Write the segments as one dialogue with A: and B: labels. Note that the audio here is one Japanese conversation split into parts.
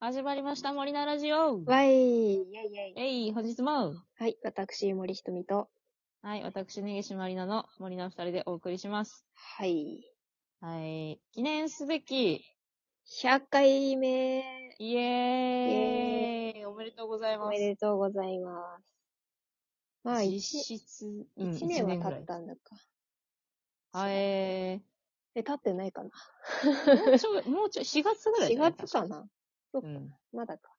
A: 始まりました、森菜ラジオ
B: わい、イェイイェイ。
A: えい、本日も
B: はい、私、森ひとみと。
A: はい、私、根岸まりなの森菜二人でお送りします。
B: はい。
A: はい、記念すべき、
B: 100回目。
A: イエーイおめでとうござい
B: お
A: ま
B: め
A: す。
B: でとうございます。まあ、
A: 実
B: 1,
A: 質、うん
B: 一年は
A: 一ぐ
B: 経
A: らい
B: ったんだか。
A: はい、 え
B: え、経ってないかな。
A: ー、もうちょい、もうちょい、4月ぐらいじ
B: 4
A: ゃない
B: 月かな。
A: う
B: そっか、
A: ん。
B: まだか。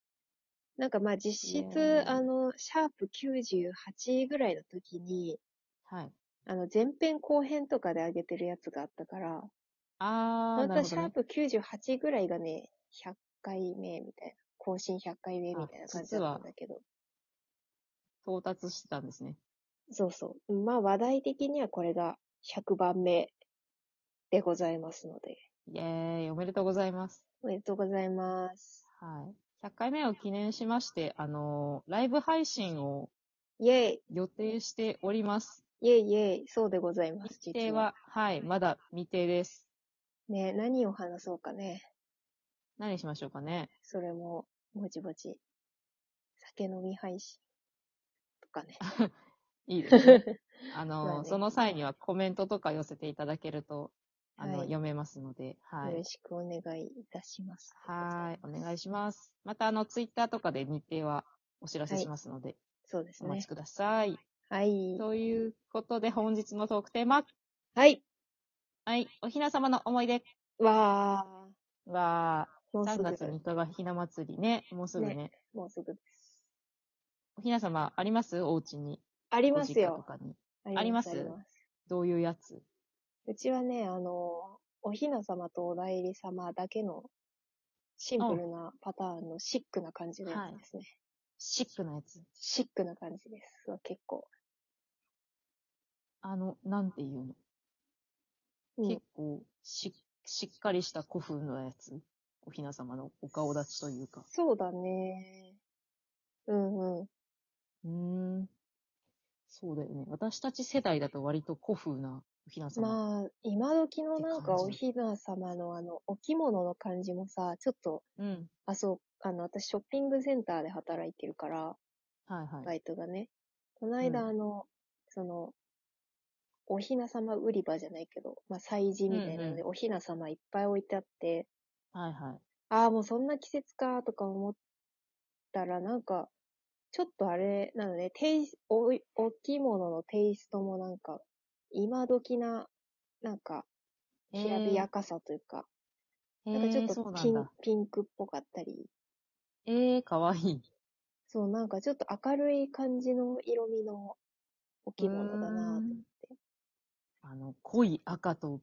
B: なんかまあ、実
A: いや
B: 質、
A: ー
B: あの、シャープ98ぐらいの時に、
A: はい。
B: あの、前編後編とかで上げてるやつがあったから、
A: あー、
B: 本当
A: なる
B: は
A: ほ
B: シ
A: ど、
B: ャー
A: ね。
B: プ98ぐらいがね、100回目みたいな。更新100回目みたいな感じだったんだけど。
A: 到達してたんですね。
B: そうそう。まあ話題的にはこれが100番目でございますので。
A: イエーイおめでとうございます。
B: おめでとうございます。
A: はい。100回目を記念しまして、あのーライブ配信を
B: イェイ
A: 予定しております。
B: イェイイェイそうでございます、
A: 日
B: 実は。
A: 程は、はい、まだ未定です。
B: ね、何を話そうかね。
A: 何しましょうかね。
B: それも、ぼちぼち。酒飲み配信。とか ね。
A: いいです ね。あ
B: まあ
A: の、
B: ね
A: その際にはコメントとか寄せていただけると、あの、
B: はい
A: 読めますので、は
B: よろ
A: い。
B: しくお願いいたします。
A: はい、お願いします。また、あの、ツイッターとかで日程はお知らせしますので、
B: そうです
A: お待
B: ね
A: ち。ください。
B: はい。
A: ということで、本日のトークテーマ、
B: はい。
A: はい、おひな様の思い出
B: わ
A: は、
B: ー。もうす
A: 3
B: ぐ。
A: 月3日がひな祭りね、もうすぐね。
B: もうすぐです。
A: おひな様ありますお家に。
B: あり
A: あ
B: ますよ。
A: とかに。
B: あ
A: あ
B: あ
A: ります
B: ります。
A: どういうやつ
B: うちはね、あの、おひな様とお代理様だけのシンプルなパターンのシックな感じのやつですね。
A: シックなやつ。
B: シックな感じです。結構。
A: あの、なんていうの、
B: うん
A: 結構し、しっかりした古風のやつ。おひな様のお顔立ちというか。
B: そうだね。うんうん。
A: うーん。そうだよね。私たち世代だと割と古風なおひな様。
B: まあ、今時のなんか
A: って
B: お
A: 感じ
B: ひな様のあの、お着物の感じもさ、ちょっと、
A: うん。
B: あ、そう、あの、私ショッピングセンターで働いてるから、
A: はいはい。
B: バイトがね。この間、
A: うん
B: あの、その、おひな様売り場じゃないけど、まあ、祭事みたいなの
A: うん
B: で、おひな様いっぱい置いてあって、
A: はいはい。
B: ああ、もうそんな季節か、とか思ったら、なんか、ちょっとあれ、なのね、テイスお、お着物のテイストもなんか、今時な、なんか、
A: えー
B: きらびやかさというか、
A: え
B: なんかちょ
A: ー、
B: っ
A: そう
B: と
A: な
B: ピ
A: ん
B: ン、
A: だ。
B: ピンクっぽかったり、
A: えー、かわいい。
B: そう、なんかちょっと明るい感じの色味のお着物だな
A: う
B: ぁ
A: ーんあの、濃い赤と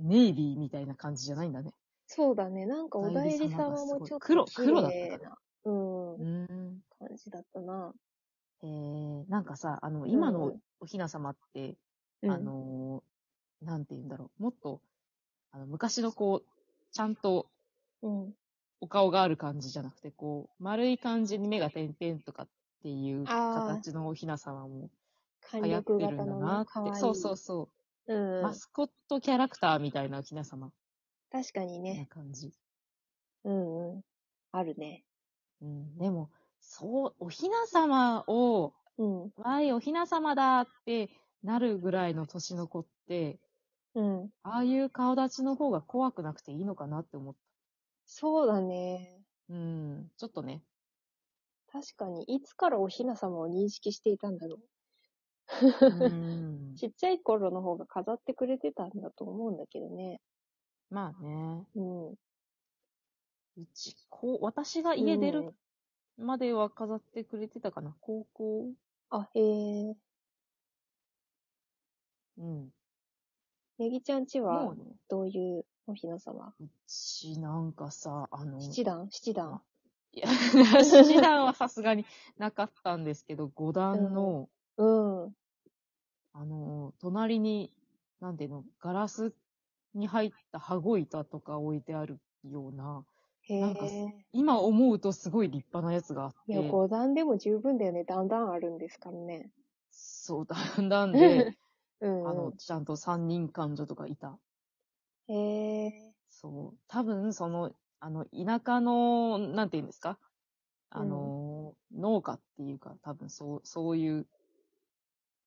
A: ネイビーみたいな感じじゃないんだね。
B: そうだね。なんかお
A: 代
B: 代
A: 理
B: 理
A: 様
B: 様
A: がすごい
B: もちょっと
A: 黒黒だったかな
B: 綺麗なうん
A: う、ーん。
B: 感じだったな。
A: えー、なんかさ、あの、今
B: うんう
A: の
B: ん
A: おひな様って、
B: うん
A: あ、のーなんて言うんだろう。もっと、あの、昔のこう、ちゃんと
B: うん。
A: お顔がある感じじゃなくて、こう、丸い感じに目が点々とかっていう
B: あー
A: 形のおひな様も
B: 貫
A: 流行って
B: 禄
A: る
B: 型
A: んだ
B: の
A: な
B: ね
A: っ、て。
B: かわいい。。
A: そうそうそうう、
B: ん。
A: マスコットキャラクターみたいなおひな様
B: 確かに
A: な
B: ね。
A: 感じ。
B: うんうん。あるね。
A: うん。でも、そう、おひな様を、
B: うん。
A: わい、おひな様だってなるぐらいの年の子って、
B: うん。
A: ああいう顔立ちの方が怖くなくていいのかなって思っ
B: そうだね。
A: た。うん。ちょっとね、
B: 確かに。いつからおひな様を認識していたんだろ
A: うん
B: う。ちっちゃい頃の方が飾ってくれてたんだと思うんだけどね。
A: まあね。
B: うん。
A: うち、こう、私が家出
B: う
A: る
B: ん
A: までは飾ってくれてたかな。高校
B: あ、へえ。
A: うん。
B: ネギちゃんち
A: も
B: は
A: う、ね、
B: どういうおひな様
A: うちなんかさ、あの、
B: 七段七段。
A: いや七段はさすがになかったんですけど、五段の、
B: うん。
A: あの、隣に、なんていうの、ガラスに入った羽子板とか置いてあるような、
B: へ
A: なんか
B: え。
A: 今思うとすごい立派なやつがあっ
B: いや、
A: て、
B: 五段でも十分だよね。だんだんあるんですからね。
A: そう、だんだん で、
B: うん、うん。
A: あの、ちゃんと三人間女とかいた。
B: へえ。
A: そう。多分、その、あの、田舎の、なんて言うんですかあの、農家っていうか、多分そう、そういう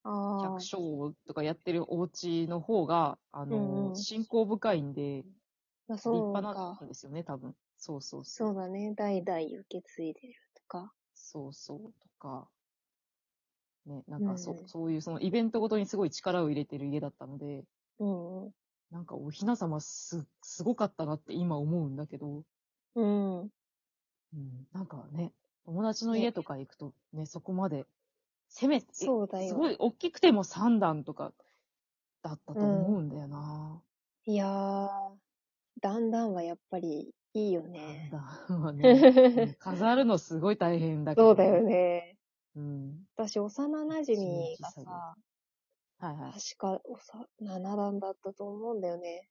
B: ああ
A: 百。姓とかやってるお家の方が、あ
B: うんう
A: の、
B: ん
A: 信仰深いんで、
B: まあ
A: 立
B: そう
A: 派
B: か
A: な。んですよね、多分。そうそうそう。
B: そうだね。代々受け継いでるとか。
A: そうそうとか、ね、なんかそ,、
B: うんう
A: うんそういうそのイベントごとにすごい力を入れてる家だったので、
B: うんう
A: なんかおひな様す、すごかったなって今思うんだけど、
B: ん。うん。
A: うん、なんかね、友達の
B: ね
A: 家とか行くとね、そこまで、せめて、
B: そうだよ
A: すごい大きくても3段とかだったと思うんだよな。
B: いやー、だんだんはやっぱりいいよ
A: 三
B: ね。
A: 段は ね、うん飾るのすごい大変だけど。
B: そうだよ。ね。
A: うん。
B: 私、幼馴染みが
A: そう
B: さ、
A: はいはい。
B: 確かおさ7段だったと思うんだよね。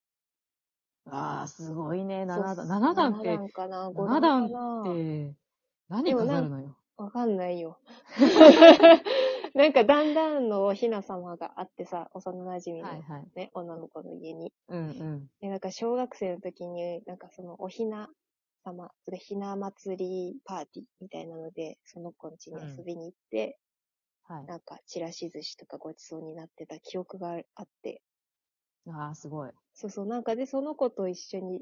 A: ああ、すごいね、7段。
B: そう
A: 7段って
B: 7、段かな、5
A: 7
B: 段か
A: 段
B: な。
A: って、何飾るのよ。
B: わかんな いよ。なんか、だんだんのおひな様があってさ、幼馴染みの
A: は
B: ね
A: い、はい。
B: 女の子の家に。
A: うんうん。
B: で、なんか、小学生の時に、なんかその、おひな様、それひな祭りパーティーみたいなので、その子ん家に遊びに行って、
A: はい。
B: なんか、ちらし寿司とかごちそうになってた記憶があるあって、
A: ああ、すごい。
B: そうそう、なんかで、その子と一緒に、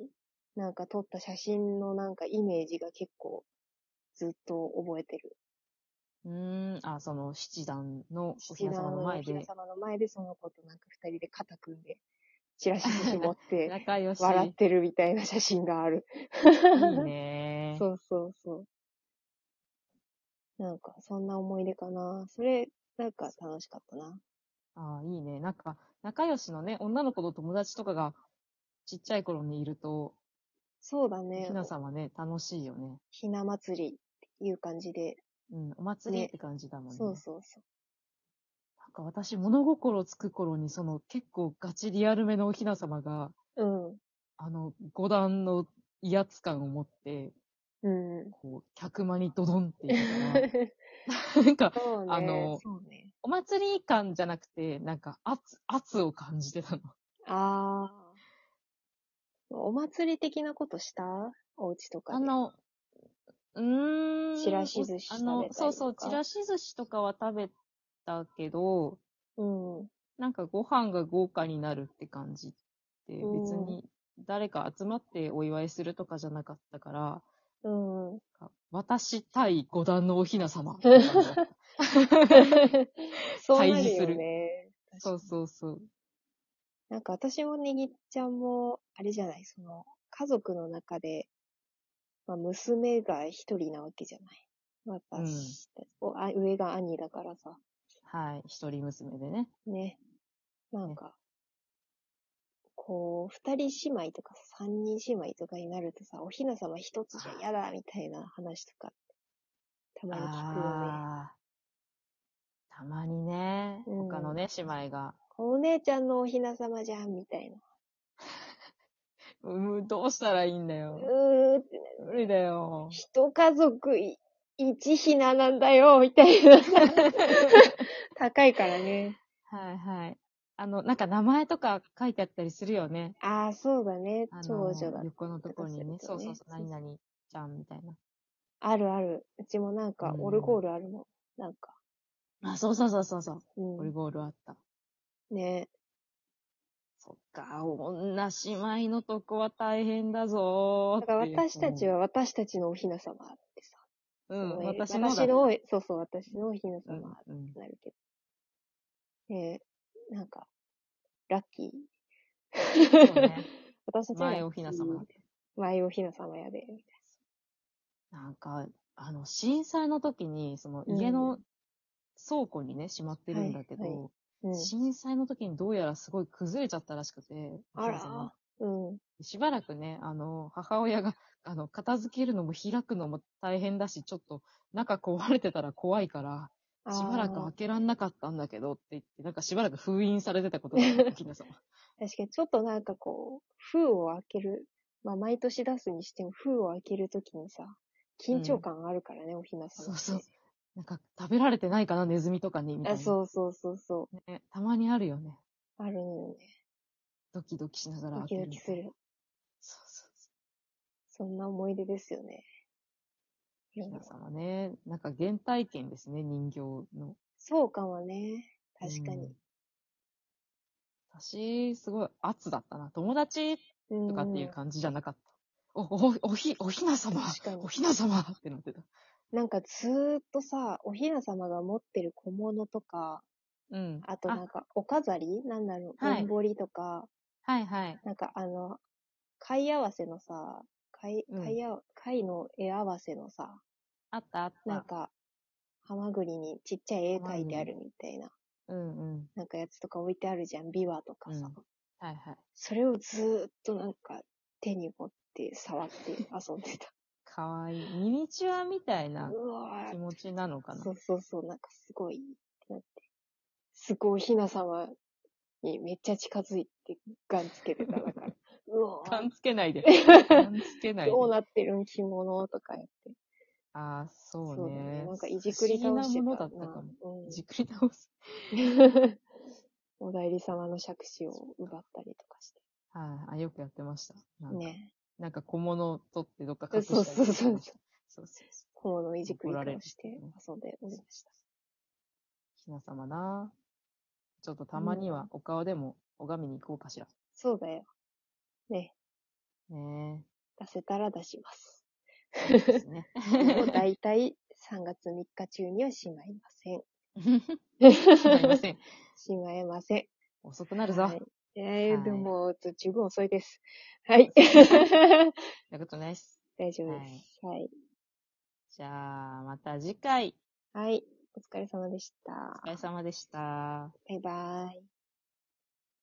B: なんか撮った写真のなんかイメージが結構、ずっと覚えてる。
A: うーん、あ、その七段のお
B: 七
A: ひな
B: 段
A: 様の
B: のお
A: 前
B: ひな
A: で、
B: 様の前で、その子となんか二人で肩組んで、チラシ寿司持っ て、
A: 仲良し。
B: 笑ってるみたいな写真がある。
A: いいね
B: そうそうそう。なんか、そんな思い出かな。それ、なんか楽しかったな。
A: ああ、いいね。なんか、仲良しのね、女の子の友達とかが、ちっちゃい頃にいると、
B: そうだ
A: お
B: ね
A: ひ。な様ね、楽しいよね。
B: ひな祭りっていう感じで。
A: うん、お祭り
B: ね
A: って感じだもんね。
B: そうそうそう。
A: なんか私、物心つく頃に、その、結構ガチリアルめのおひな様が、
B: うん。
A: あの、五段の威圧感を持って、
B: うん。
A: こう、客間にドドンっていうの が、なんか、
B: そう ね。
A: あの
B: そうね。
A: お祭り感じゃなくて、なんか圧、圧を感じてたの。
B: ああ。お祭り的なことしたお家とかで。
A: あの、うーん。
B: ちらし寿司
A: あ
B: 食べた
A: の
B: り、とか
A: そうそう、ちらし寿司とかは食べたけど、
B: うん。
A: なんかご飯が豪華になるって感じって、別
B: うん
A: に誰か集まってお祝いするとかじゃなかったから、
B: うん。
A: 私対五段のおひな様って感 じだった。
B: そうな
A: 対
B: る
A: 峙す
B: よ
A: る
B: ね。
A: そうそうそう。
B: なんか私もねぎっちゃんも、あれじゃない、その、家族の中で、まあ、娘が一人なわけじゃない。私たち、おあ上が兄だからさ、
A: はい。一人娘でね。
B: ね。なんか、こう、二人姉妹とか三人姉妹とかになるとさ、おひな様一つじゃ嫌だみたいな話とか、たまに聞くよね。
A: あーたまにね、
B: うん
A: 他のね、姉妹が、
B: お姉ちゃんのおひな様じゃんみたいな。
A: うん、どうしたらいいんだ
B: う
A: よ。
B: ーって
A: 無理だよ。
B: 一家族い一ひななんだよ、みたい な。高いからね。
A: はいはい。あの、なんか名前とか書いてあったりするよね。
B: ああ、そうだね
A: あ。
B: 長
A: の
B: 女だ。
A: 横のところにね。
B: そ
A: そうう
B: そ
A: そうう
B: そ
A: そうう。何々ちゃんみたい
B: あるある。うちもなんか、
A: うん
B: オルゴールあるもん。なんか。
A: な。あ、そうそうそうそうそう。オ
B: う
A: ル
B: ん。
A: ゴールあった。
B: ね
A: そっか、女姉妹のとこは大変だぞー
B: だから
A: っていう
B: 私たちは私たちのおひな様ってさ。
A: うん、
B: その
A: 私の
B: 私
A: だ
B: のお、そうそう、私のおひな
A: う
B: 様
A: ん
B: っ
A: うん
B: てなるけど。ねえなんか、ラッキー。
A: そうね。
B: 私たちはラッキー
A: 前おひな様だった。
B: 前おひな様やで。み
A: なんか、あの、震災の時に、その家の倉庫にね、しまってるんだけど、
B: はいはたいな
A: 震災の時にどうやらすごい崩れちゃったらしくて、
B: あら
A: お父さんが
B: うん。うん。
A: しばらくね、あの、母親が、 あの、片付けるのも開くのも大変だし、ちょっと中壊れてたら怖いから、しばらく
B: あー
A: 開けらんなかったんだけどって言って、なんかしばらく封印されてたことがあった、 皆様。
B: 確かに、ちょっとなんかこう、封を開ける、まあ、毎年出すにしても、封を開けるときにさ、緊張感あるからね、おひなさまって。
A: そうそうなんか食べられてないかな、ネズミとかに、みたい
B: あ、
A: な。
B: そうそうそうそ
A: ね、たまにあるよね。
B: う。あるのよね。
A: ドキドキしながら開
B: ド
A: け
B: キ
A: る
B: ド
A: み
B: キ
A: た
B: す
A: いな。
B: る。
A: そうそう
B: そんな思い出ですよね。いや
A: 皆さんはね、なんか原体験ですね、人形の。
B: そうかもね。確かに。
A: うん。私、すごい圧だったな。友達
B: うん
A: とかっていう感じじゃなかった。お、お、おひ、おひな様
B: 確かに
A: おひな様ってなってた。
B: なんかずーっとさ、おひな様が持ってる小物とか、
A: うん。
B: あとなんかお飾りなんだろう、
A: はい
B: ぼんぼりとか、
A: はいはい。
B: なんかあの、貝合わせのさ、貝、
A: うん
B: 貝合わ貝の絵合わせのさ、
A: あったあっ
B: なん
A: た。
B: か、ハマグリにちっちゃい絵描いてあるみたいな、
A: うんうん。
B: なんかやつとか置いてあるじゃん、琵琶とかさ。
A: うんはいはい。
B: それをずーっとなんか手に持って触って遊んでた。
A: かわいい。ミニチュアみたい な
B: うわ
A: 気
B: ー
A: 持ちなのかな
B: そ。うそうそう、なんかすごい、ってなって。すごいひな様にめっちゃ近づいてガンつけてた。なんか、 うわー
A: 感つけ ないで。感つけないで。
B: どうなってるん着物とかやって。
A: ああ、そうね。
B: だなんかいじくり倒して
A: 不思議な
B: た
A: もの
B: な。
A: だったかも。
B: うん
A: いじくり倒す。
B: お代理様の借子を奪ったりとかして。
A: はい、あ、よくやってました。なんか
B: ね。
A: なんか小物を取ってどっか隠した
B: そう
A: り
B: そうそう
A: してましたそうそうそう。
B: 小物をいじくり倒して
A: 怒られる
B: 遊んでおりました。
A: ひな様な。ちょっとたまにはお顔でも拝みに行こうかしら。
B: そうだよ。ね。
A: ね
B: 出せたら出します。
A: え。ですね。
B: もう大体3月3日中にはしまいません。
A: すいま せん。
B: しまえません。
A: 遅くなるぞ。
B: はいえー
A: はい
B: でも、十分遅いです。はい。
A: なことないっす。
B: 大丈夫です。はい。
A: じゃあ、また次回、
B: はい。お疲れ様でした。
A: お疲れ様でした。
B: バイバイ。